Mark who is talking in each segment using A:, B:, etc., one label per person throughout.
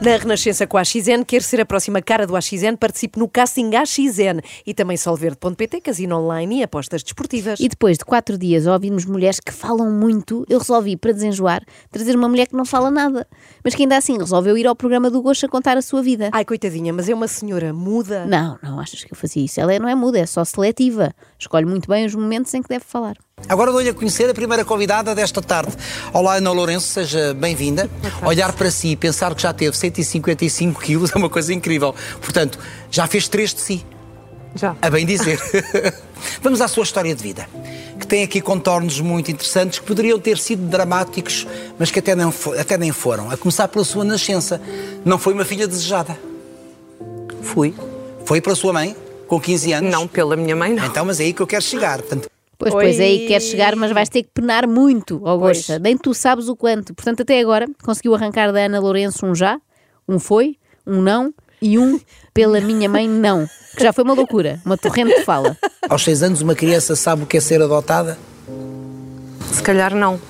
A: Na Renascença com a AXN, quer ser a próxima cara do AXN, participe no casting AXN e também solverde.pt, casino online e apostas desportivas.
B: E depois de quatro dias a ouvirmos mulheres que falam muito, eu resolvi, para desenjoar, trazer uma mulher que não fala nada, mas que ainda assim resolveu ir ao programa do Gosto a contar a sua vida.
A: Ai, coitadinha, mas é uma senhora muda.
B: Não, não achas que eu fazia isso? Ela não é muda, é só seletiva. Escolhe muito bem os momentos em que deve falar.
C: Agora dou-lhe a conhecer a primeira convidada desta tarde. Olá, Ana Lourenço, seja bem-vinda. Olhar para si e pensar que já teve 155 quilos é uma coisa incrível. Portanto, já fez três de si.
A: Já.
C: A bem dizer. Vamos à sua história de vida, que tem aqui contornos muito interessantes que poderiam ter sido dramáticos, mas que até, não fo- até nem foram. A começar pela sua nascença. Não foi uma filha desejada.
D: Fui.
C: Foi para a sua mãe, com 15 anos.
D: Não pela minha mãe, não.
C: Então, mas é aí que eu quero chegar. Portanto,
B: Pois,
A: Oi.
B: pois é aí queres chegar, mas vais ter que penar muito ao
A: Pois.
B: Gosta. Nem tu sabes o quanto. Portanto, até agora conseguiu arrancar da Ana Lourenço um já, um foi, um não e um pela minha mãe não. Que já foi uma loucura, uma torrente de fala.
C: aos 6 anos, uma criança sabe o que é ser adotada?
D: Se calhar não.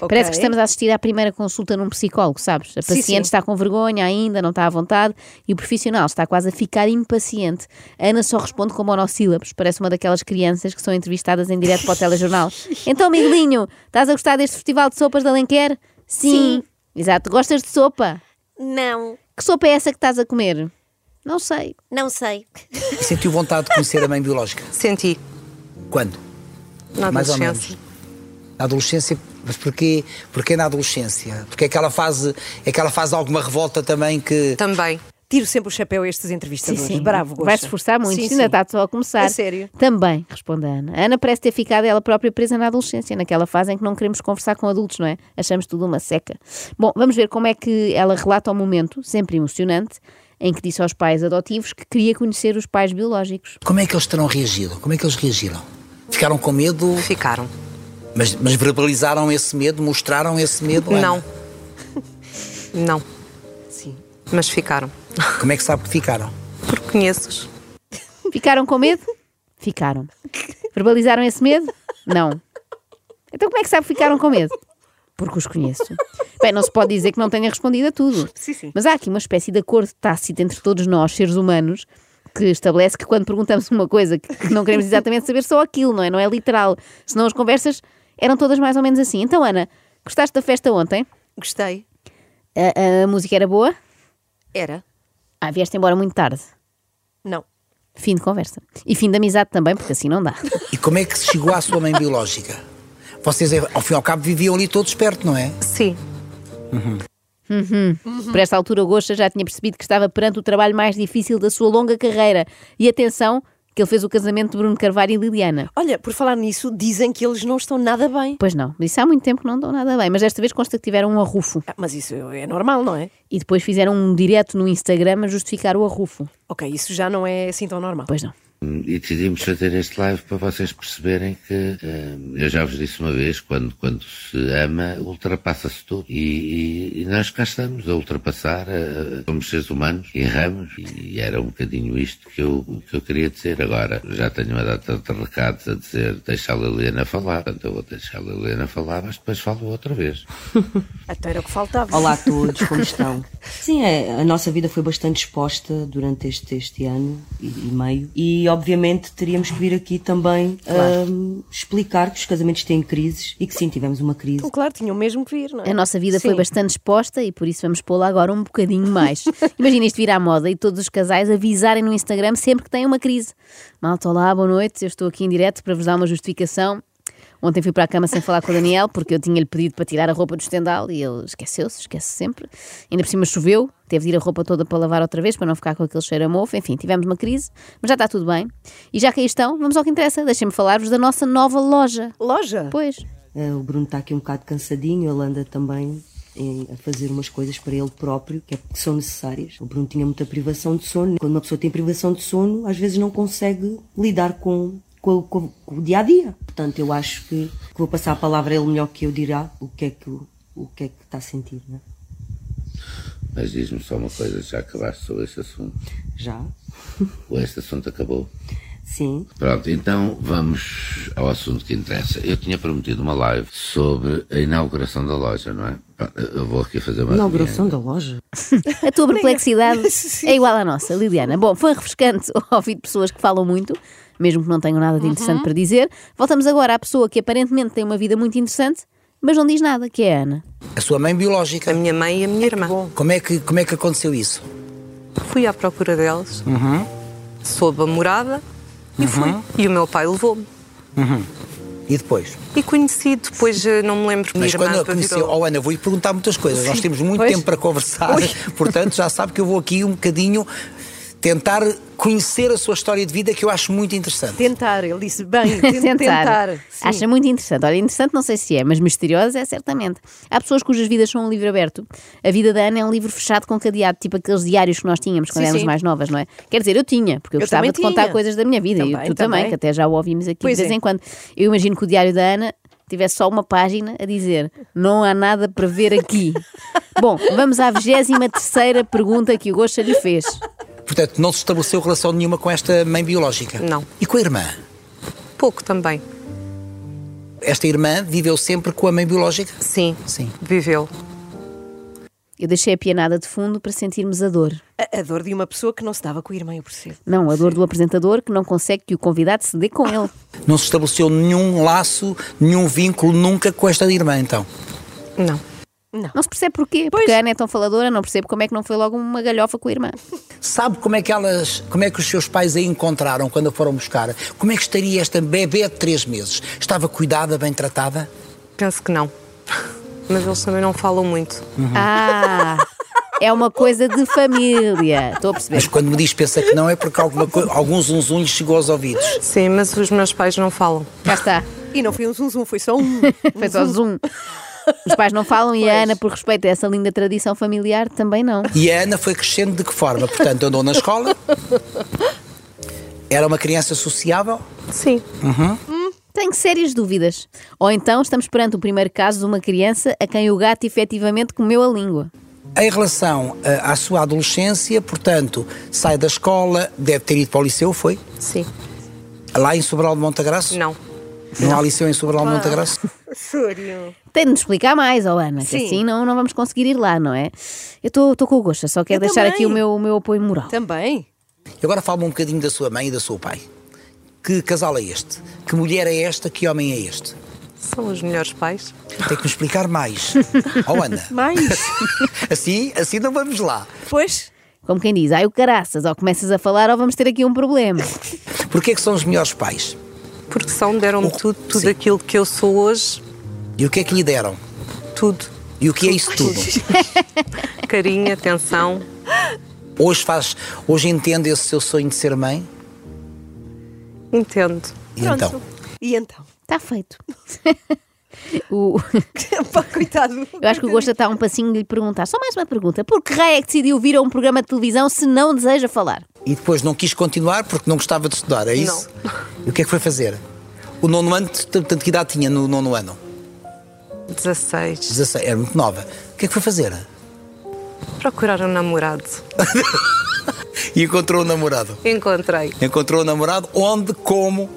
B: Parece que
A: Ok.
B: estamos a assistir à primeira consulta num psicólogo, sabes? A
A: Sim,
B: paciente
A: sim.
B: está com vergonha ainda, não está à vontade e o profissional está quase a ficar impaciente. A Ana só responde com monossílabos, parece uma daquelas crianças que são entrevistadas em direto para o telejornal. Então, Miguelinho, estás a gostar deste festival de sopas de Alenquer? Sim. Exato, gostas de sopa?
E: Não,
B: Que sopa é essa que estás a comer? Não sei.
E: não sei.
C: Sentiu vontade de conhecer a mãe biológica?
D: Senti.
C: Quando?
D: Na
C: Mais ou
D: adolescência.
C: Na adolescência, mas porquê, porquê na adolescência? Porque é que ela faz, é que ela faz alguma revolta também que.
D: Também.
A: Tiro sempre o chapéu a estes entrevistadores. Bravo, Gosta.
B: Vai se esforçar muito,
A: Sim,
B: ainda
A: sim.
B: está só a começar.
A: A sério?
B: Também, responde a Ana. A Ana parece ter ficado ela própria presa na adolescência, naquela fase em que não queremos conversar com adultos, não é? Achamos tudo uma seca. Bom, vamos ver como é que ela relata o momento, sempre emocionante, em que disse aos pais adotivos que queria conhecer os pais biológicos.
C: Como é que eles terão reagido? Como é que eles reagiram? Ficaram com medo,
D: Ficaram.
C: mas, mas verbalizaram esse medo, mostraram esse medo? Ana?
D: Não. Não.
A: Sim.
D: Mas ficaram.
C: Como é que sabe que ficaram?
D: Porque conheço-os.
B: Ficaram com medo? Ficaram. Verbalizaram esse medo? Não. Então como é que sabe que ficaram com medo? Porque os conheço. Bem, não se pode dizer que não tenha respondido a tudo.
A: Sim, sim.
B: Mas há aqui uma espécie de acordo tácito entre todos nós, seres humanos, que estabelece que quando perguntamos uma coisa que que não queremos exatamente saber só aquilo, não é? Não é literal. Senão as conversas eram todas mais ou menos assim. Então, Ana, gostaste da festa ontem?
A: Gostei.
B: A, a música era boa?
A: Era?
B: Ah, vieste embora muito tarde.
A: Não.
B: Fim de conversa. E fim de amizade também, porque assim não dá.
C: E como é que se chegou à sua mãe biológica? Vocês, ao fim e ao cabo, viviam ali todos perto, não é?
D: Sim.
B: Por esta altura, o Gosta já tinha percebido que estava perante o trabalho mais difícil da sua longa carreira. E atenção, que ele fez o casamento de Bruno Carvalho e Liliana.
A: Olha, por falar nisso, dizem que eles não estão nada bem.
B: Pois não, disse há muito tempo que não dão nada bem, mas desta vez consta que tiveram um arrufo.
A: Ah, mas isso é normal, não é?
B: E depois fizeram um direto no Instagram a justificar o arrufo.
A: Ok, isso já não é assim tão normal.
B: Pois não.
F: E decidimos fazer este live para vocês perceberem que, eh, eu já vos disse uma vez, quando, quando se ama, ultrapassa-se tudo. E, e- e nós cá estamos a ultrapassar, eh, somos seres humanos, erramos, e era um bocadinho isto que eu, que eu queria dizer. Agora, já tenho uma data de recados a dizer, deixa a Liliana falar. Portanto, eu vou deixar a Liliana falar, mas depois falo outra vez.
A: Até era o que faltava.
G: Olá a todos, como estão? Sim, é, a nossa vida foi bastante exposta durante este, este ano e, e meio e obviamente teríamos que vir aqui também ahm, explicar que os casamentos têm crises e que sim, tivemos uma crise.
A: Claro, tinham mesmo que vir, não é?
B: A nossa vida foi
A: Sim.
B: bastante exposta e por isso vamos pô-la agora um bocadinho mais. Imagina isto vir à moda e todos os casais avisarem no Instagram sempre que têm uma crise. Malta, olá, boa noite, eu estou aqui em direto para vos dar uma justificação. Ontem fui para a cama sem falar com o Daniel porque eu tinha-lhe pedido para tirar a roupa do estendal e ele esqueceu-se, esquece sempre. Ainda por cima choveu, teve de ir a roupa toda para lavar outra vez para não ficar com aquele cheiro a mofo. Enfim, tivemos uma crise, mas já está tudo bem. E já que aí estão, vamos ao que interessa. Deixem-me falar-vos da nossa nova loja.
A: Loja?
B: Pois.
G: Ah, o Bruno está aqui um bocado cansadinho, ele anda também em- a fazer umas coisas para ele próprio que, é, que são necessárias. O Bruno tinha muita privação de sono. Quando uma pessoa tem privação de sono, às vezes não consegue lidar com, com, com- com o dia a dia. Portanto, eu acho que, que vou passar a palavra a ele melhor que eu dirá o que é que, o, o que, é que está a sentir. né?
F: Mas diz-me só uma coisa, já acabaste sobre este assunto?
G: Já?
F: Ou este assunto acabou?
G: Sim.
F: Pronto, então vamos ao assunto que interessa. Eu tinha prometido uma live sobre a inauguração da loja, não é? Pá, Eu vou aqui fazer uma.
G: Inauguração da loja.
B: A tua perplexidade é igual à nossa, Liliana. Bom, foi refrescante ouvir pessoas que falam muito, mesmo que não tenham nada de interessante para dizer. Voltamos agora à pessoa que aparentemente tem uma vida muito interessante, mas não diz nada, que é a Ana.
C: A sua mãe biológica.
D: A minha mãe e a minha irmã.
C: Como é que, como é que aconteceu isso?
D: Fui à procura delas,
C: Uhum.
D: soube a morada e fui. E o meu pai levou-me.
C: E depois?
D: E conheci depois, eh, não me lembro, minha
C: Mas
D: irmã
C: quando eu
D: depois
C: conheci,
D: virou-
C: oh Ana, vou lhe perguntar muitas coisas. Nós temos muito
A: Pois.
C: tempo para conversar, portanto já sabe que eu vou aqui um bocadinho tentar conhecer a sua história de vida que eu acho muito interessante.
A: Tentar, ele disse bem, ten- tentar.
B: tentar.
A: Sim.
B: Acha muito interessante. Olha, interessante não sei se é, mas misteriosa é certamente. Há pessoas cujas vidas são um livro aberto. A vida da Ana é um livro fechado com cadeado, tipo aqueles diários que nós tínhamos quando
A: Sim,
B: éramos
A: sim.
B: mais novas, não é? Quer dizer, eu tinha, porque eu,
A: Eu
B: gostava
A: também
B: de contar
A: tinha.
B: coisas da minha vida. e
A: Também,
B: tu também,
A: também.
B: que até já o ouvimos aqui
A: Pois
B: de vez
A: é.
B: em quando. Eu imagino que o diário da Ana tivesse só uma página a dizer não há nada para ver aqui. Bom, vamos à 23 pergunta que o Gosta lhe fez.
C: Portanto, não se estabeleceu relação nenhuma com esta mãe biológica.
D: Não.
C: E com a irmã?
D: Pouco também.
C: Esta irmã viveu sempre com a mãe biológica?
D: Sim.
C: Sim.
D: Viveu.
B: Eu deixei a pianada de fundo para sentirmos a dor.
A: A, a dor de uma pessoa que não se dava com a irmã, eu percebo.
B: Não, a dor do apresentador que não consegue que o convidado se dê com ele.
C: Não se estabeleceu nenhum laço, nenhum vínculo nunca com esta irmã, então.
D: Não.
B: Não se percebe porquê, porque a Ana é tão faladora, não percebo como é que não foi logo uma galhofa com a irmã.
C: Sabe como é que elas, como é que os seus pais a encontraram quando a foram buscar? Como é que estaria esta bebê de três meses? Estava cuidada, bem tratada?
D: Penso que não. Mas eles também não falam muito.
B: Ah, é uma coisa de família. Estou a
C: Mas
B: perceber.
C: quando me diz pensa que não é porque alguma coisa, algum zunzunho chegou aos ouvidos.
D: Sim, mas os meus pais não falam.
B: Cá está.
A: E não foi um zum zum, foi só um.
B: Foi só zoom. Os pais não falam e a Ana, por respeito a essa linda tradição familiar, também não.
C: E a Ana foi crescendo de que forma? Portanto, andou na escola. Era uma criança sociável.
D: Sim.
B: Tenho sérias dúvidas. Ou então estamos perante o primeiro caso de uma criança a quem o gato efetivamente comeu a língua.
C: Em relação eh, à sua adolescência, portanto, sai da escola, deve ter ido para o liceu, foi?
D: Sim.
C: Lá em Sobral de Montagraço?
D: Não.
C: Não há liceu em Sobral de Montagraço?
A: Sério?
B: Tem de nos explicar mais, ó Ana, que
A: Sim.
B: assim não, não vamos conseguir ir lá, não é? Eu estou com o gosto, só quero
A: Eu
B: deixar
A: também.
B: aqui o meu, o meu apoio moral.
A: Também.
C: E Agora fala-me um bocadinho da sua mãe e do seu pai. Que casal é este? Que mulher é esta? Que homem é este?
D: São os melhores pais.
C: Tem que me explicar mais. Oh, Ana,
A: Mais?
C: assim, assim não vamos lá.
A: pois.
B: Como quem diz, ai o caraças, ou começas a falar ou vamos ter aqui um problema.
C: Porquê é que são os melhores pais?
D: Porque são, deram-me
C: Oh,
D: tudo, tudo
C: sim.
D: aquilo que eu sou hoje,
C: E o que é que lhe deram?
D: tudo.
C: E o que é isso tudo?
D: Carinho, atenção.
C: Hoje faz, hoje entende esse seu sonho de ser mãe?
D: Entendo.
C: E
A: Pronto.
C: então?
A: E então?
B: Está Tá feito. O-
A: Pá, coitado.
B: eu acho que o gosto está a um passinho de lhe perguntar. Só mais uma pergunta. Por que raio é que decidiu vir a um programa de televisão se não deseja falar?
C: E depois não quis continuar porque não gostava de estudar, é isso? E o que é que foi fazer? O nono ano, tanto que idade tinha no nono ano?
D: 16.
C: 16, era muito nova. O que é que foi fazer?
D: Procurar um namorado.
C: E encontrou o namorado.
D: Encontrei.
C: Encontrou o namorado onde, como?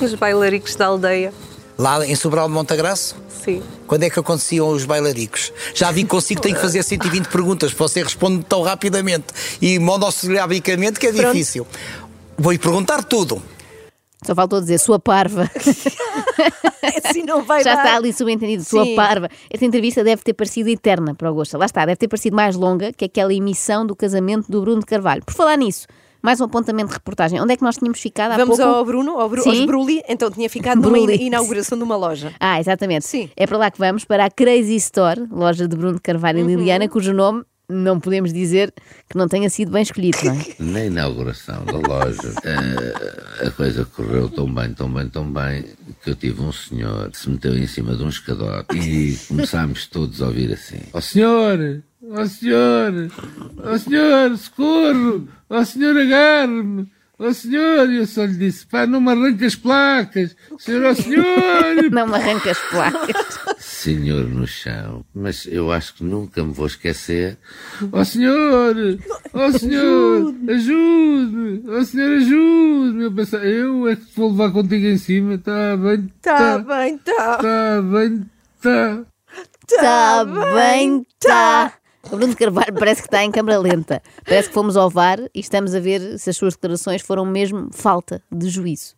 D: Os bailaricos da aldeia.
C: Lá em Sobral de Montagraço?
D: Sim.
C: Quando é que aconteciam os bailaricos? Já vi que consigo, tenho que fazer 120 perguntas, você responde tão rapidamente e monossilabricamente que é difícil. Vou-lhe perguntar tudo.
B: Só faltou dizer, sua parva.
A: Assim não vai
B: Já
A: dar.
B: está ali subentendido, sua
A: Sim.
B: parva. Esta entrevista deve ter parecido eterna para o Gosta. Lá está, deve ter parecido mais longa que aquela emissão do casamento do Bruno de Carvalho. Por falar nisso, mais um apontamento de reportagem. Onde é que nós tínhamos ficado há
A: Vamos
B: pouco?
A: ao Bruno, ao Bru aos
B: Sim.
A: Bruli. Então tinha ficado numa
B: Bruli.
A: ina- inauguração de uma loja.
B: Ah, exatamente.
A: Sim.
B: É para lá que vamos, para a Crazy Store, loja de Bruno de Carvalho
A: Uhum.
B: e Liliana, cujo nome não podemos dizer que não tenha sido bem escolhido, não é?
F: Na inauguração da loja, eh, a coisa correu tão bem, tão bem, tão bem, que eu tive um senhor que se meteu em cima de um escadote e começámos todos a ouvir assim: Ó senhor! Ó senhor! Ó senhor, socorro! Ó senhor, agarre-me! Ó senhor! E eu só lhe disse: pá, não me arranque as placas! Senhor, ó senhor!
B: não me arranca as placas.
F: Senhor no chão, mas eu acho que nunca me vou esquecer. Ó senhor! Ó senhor! Ajude-me! Ó senhor, ajude-me! Eu pensava, eu é que te vou levar
B: Hum.
F: contigo em cima, tá bem,
A: Tá
F: tá,
A: bem, tá.
F: tá bem, tá.
B: Tá bem, tá. O Bruno Carvalho parece que está em câmara lenta. Parece que fomos ao VAR e estamos a ver se as suas declarações foram mesmo falta de juízo.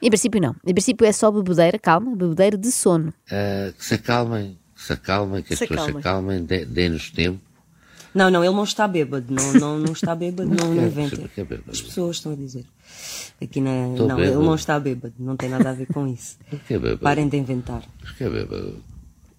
B: Em princípio, não. Em princípio, é só bebedeira, calma, bebedeira de sono.
F: Ah, que se acalmem, que se acalmem, que as
A: Se
F: pessoas se acalmem, dê- dê-nos tempo.
G: Não, não, ele não está bêbado. Não, não, não está bêbado, não, não inventem.
F: Porque é bêbado.
G: As pessoas estão a dizer. Aqui na.
F: Estou
G: não,
F: bêbado.
G: ele não está bêbado. Não tem nada a ver com isso.
F: Porque é bêbado.
G: Parem de inventar.
F: Porque é bêbado.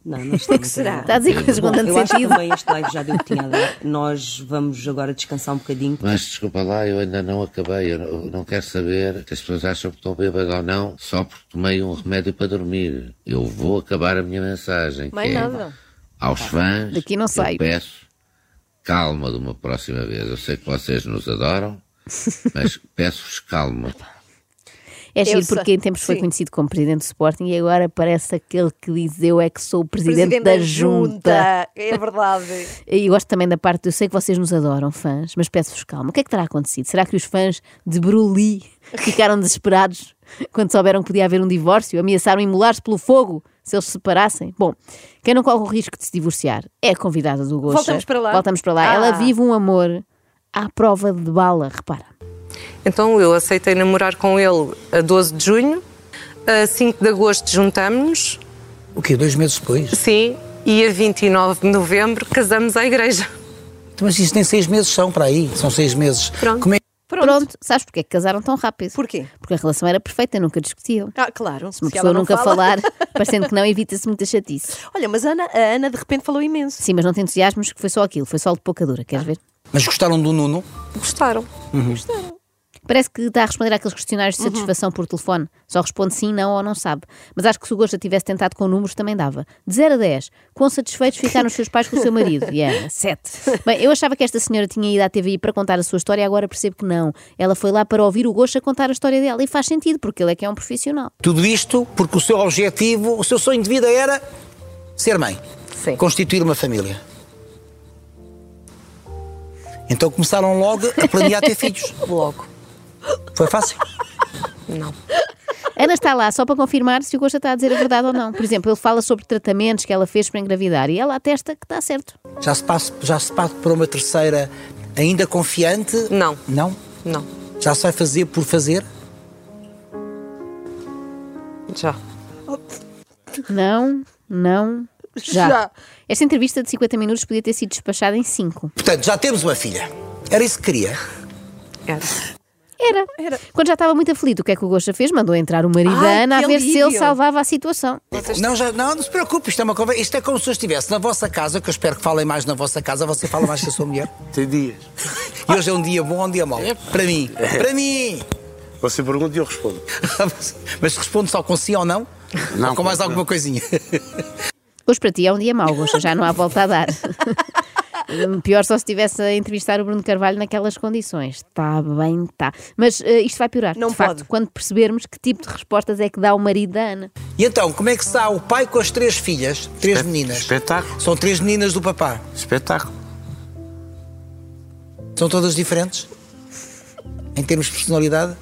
G: Não, não está. O que
A: será?
B: Está a dizer coisas com
G: Bom,
B: tanto
G: eu acho que
B: sentido.
G: também este live já deu o que tinha a dar. Nós vamos agora descansar um bocadinho.
F: Mas desculpa lá, eu ainda não acabei. Eu não, eu não quero saber se as pessoas acham que estou bêbado ou não só porque tomei um remédio para dormir. Eu vou acabar a minha mensagem.
A: Mais
F: que é,
A: nada.
F: Aos fãs,
B: Daqui não
F: eu
B: saio.
F: peço calma de uma próxima vez. Eu sei que vocês nos adoram, mas peço-vos calma.
B: É
A: Eu
B: giro
A: sei.
B: porque em tempos foi
A: Sim.
B: conhecido como presidente do Sporting e agora parece aquele que diz eu é que sou o presidente, da, junta.
A: É verdade.
B: E eu gosto também da parte, eu sei que vocês nos adoram, fãs, mas peço-vos calma. O que é que terá acontecido? Será que os fãs de Bruli ficaram desesperados quando souberam que podia haver um divórcio? Ameaçaram imolar-se pelo fogo se eles se separassem? Bom, quem não corre o risco de se divorciar é a convidada do Gosto.
A: Voltamos para lá.
B: Voltamos para lá.
A: Ah.
B: Ela vive um amor à prova de bala, repara.
D: Então eu aceitei namorar com ele a 12 de junho, a 5 de agosto juntámos-nos,
C: O quê? Dois meses depois?
D: sim, e a 29 de novembro casamos à igreja.
C: Então, Mas isso nem seis meses são para aí. São seis meses.
D: Pronto.
C: Como é
B: Pronto. Sabes porque é que casaram tão rápido?
A: Porquê?
B: Porque a relação era perfeita, nunca discutiam.
A: Ah, claro.
B: Se uma
A: ela
B: pessoa
A: não
B: nunca
A: fala-
B: falar, parecendo que não, evita-se muita chatice.
A: Olha, mas a Ana, a Ana de repente falou imenso.
B: Sim, mas não te entusiasmos que foi só aquilo, foi só de pouca dura, queres ver?
C: Mas gostaram do Nuno?
D: Gostaram.
B: Parece que está a responder àqueles questionários de satisfação por telefone. Só responde sim, não ou não sabe. Mas acho que se o Gosta tivesse tentado com números também dava. De 0 a 10. Quão satisfeitos ficaram os seus pais com o seu marido? E yeah, 7. Bem, eu achava que esta senhora tinha ido à TVI para contar a sua história e agora percebo que não. Ela foi lá para ouvir o Gosta contar a história dela. E faz sentido, porque ele é que é um profissional.
C: Tudo isto porque o seu objetivo, o seu sonho de vida era ser mãe.
D: Sim.
C: Constituir uma família. Então começaram logo a planear ter filhos.
D: Logo.
C: Foi fácil.
B: Ana está lá só para confirmar se o Gosta está a dizer a verdade ou não. Por exemplo, ele fala sobre tratamentos que ela fez para engravidar e ela atesta que está certo.
C: Já se passa, já se parte para uma terceira ainda confiante?
D: Não.
C: Não?
D: Não,
C: Já se vai fazer por fazer?
D: já.
B: Não, não, já.
A: Já.
B: Esta entrevista de 50 minutos podia ter sido despachada em 5.
C: Portanto, já temos uma filha. Era isso que queria.
D: Era.
B: Era. Quando já estava muito aflito, o que é que o Gosta fez? Mandou entrar o marido da
A: Ai,
B: Ana a
A: que
B: ver se ele
A: alívio.
B: salvava a situação.
C: Não, já, não, não se preocupe, isto é uma conversa. Isto é como se eu estivesse na vossa casa, que eu espero que falem mais na vossa casa, você fala mais que a sua mulher.
E: Tem dias.
C: E hoje é um dia bom, um dia mau. Para mim. Para mim!
E: Você pergunta e eu respondo.
C: Mas responde só com sim ou não?
E: Não,
C: Ou com mais
E: com-
C: alguma coisinha.
B: Hoje para ti é um dia mau, Gosta, já não há volta a dar. Hum, Pior só se estivesse a entrevistar o Bruno Carvalho naquelas condições. Está bem, está. Mas eh, isto vai piorar,
A: Não
B: de
A: pode.
B: facto, quando percebermos que tipo de respostas é que dá o marido da Ana.
C: E então, como é que está o pai com as três filhas? Três meninas.
E: Espetáculo.
C: São três meninas do papá.
E: Espetáculo.
C: São todas diferentes? Em termos de personalidade?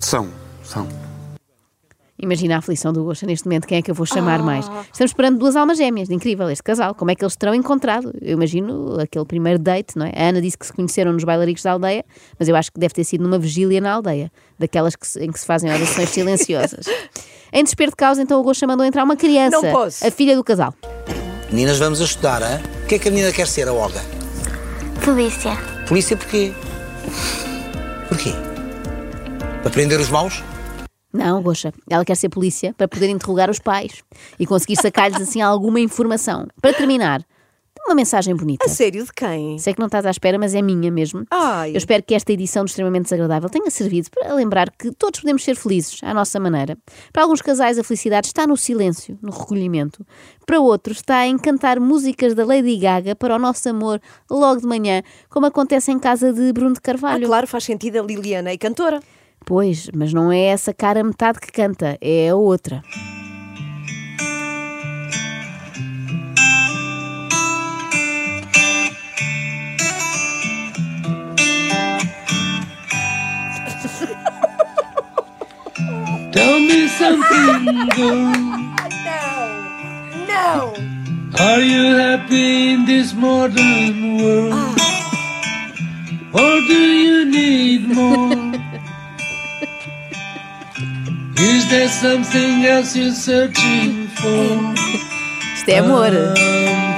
E: São. São.
B: Imagina a aflição do Gosha neste momento, quem é que eu vou
A: Ah.
B: chamar mais? Estamos esperando duas almas gêmeas, incrível este casal, como é que eles terão encontrado? Eu imagino aquele primeiro date, não é? A Ana disse que se conheceram nos bailaricos da aldeia, mas eu acho que deve ter sido numa vigília na aldeia, daquelas que se- em que se fazem orações silenciosas. em desespero de causa, então o Gosha mandou entrar uma criança,
A: Não posso.
B: a filha do casal.
C: Meninas, vamos a estudar, hã? O que é que a menina quer ser, a Olga?
H: Polícia.
C: Polícia porquê? Porquê? Para prender os maus?
B: Não, Gosha, ela quer ser polícia para poder interrogar os pais e conseguir sacar-lhes assim alguma informação. Para terminar, uma mensagem bonita.
A: A sério, de quem?
B: Sei que não estás à espera, mas é minha mesmo.
A: Ai.
B: Eu espero que esta edição do Extremamente Desagradável tenha servido para lembrar que todos podemos ser felizes à nossa maneira. Para alguns casais, a felicidade está no silêncio, no recolhimento. Para outros, está em cantar músicas da Lady Gaga para o nosso amor logo de manhã, como acontece em casa de Bruno de
A: Ah,
B: Carvalho.
A: claro, faz sentido. A Liliana é cantora.
B: Pois, mas não é essa cara metade que canta, é a outra.
A: Não! Não!
I: Are you happy in this modern world? Or do you need more? Is there something else you're searching for?
B: Isto é amor.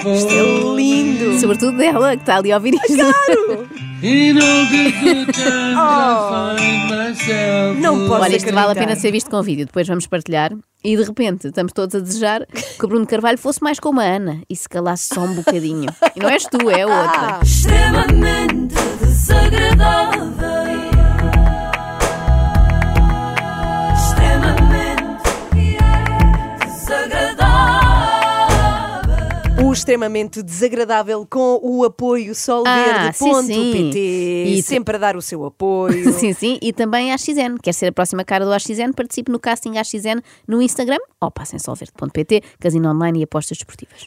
A: Isto é lindo!
B: Sobretudo dela, que está ali a ouvir isto. Claro!
I: In all the good times, I find myself.
A: Não posso
B: Hum. Olha, isto vale a
A: acreditar.
B: pena ser visto com vídeo, depois vamos partilhar. E de repente estamos todos a desejar que o Bruno Carvalho fosse mais como a Ana e se calasse só um bocadinho. E não és tu, é a
A: Ah,
B: outra.
J: extremamente desagradável. Extremamente desagradável.
A: O extremamente desagradável com o apoio
B: Ah, sim, sim.
A: solverde.pt.
B: E-
A: sempre a dar o seu apoio.
B: Sim, sim, e também a XN. Quer ser a próxima cara do AXN? Participe no casting AXN no Instagram ou passem solverde.pt, casino online e apostas desportivas.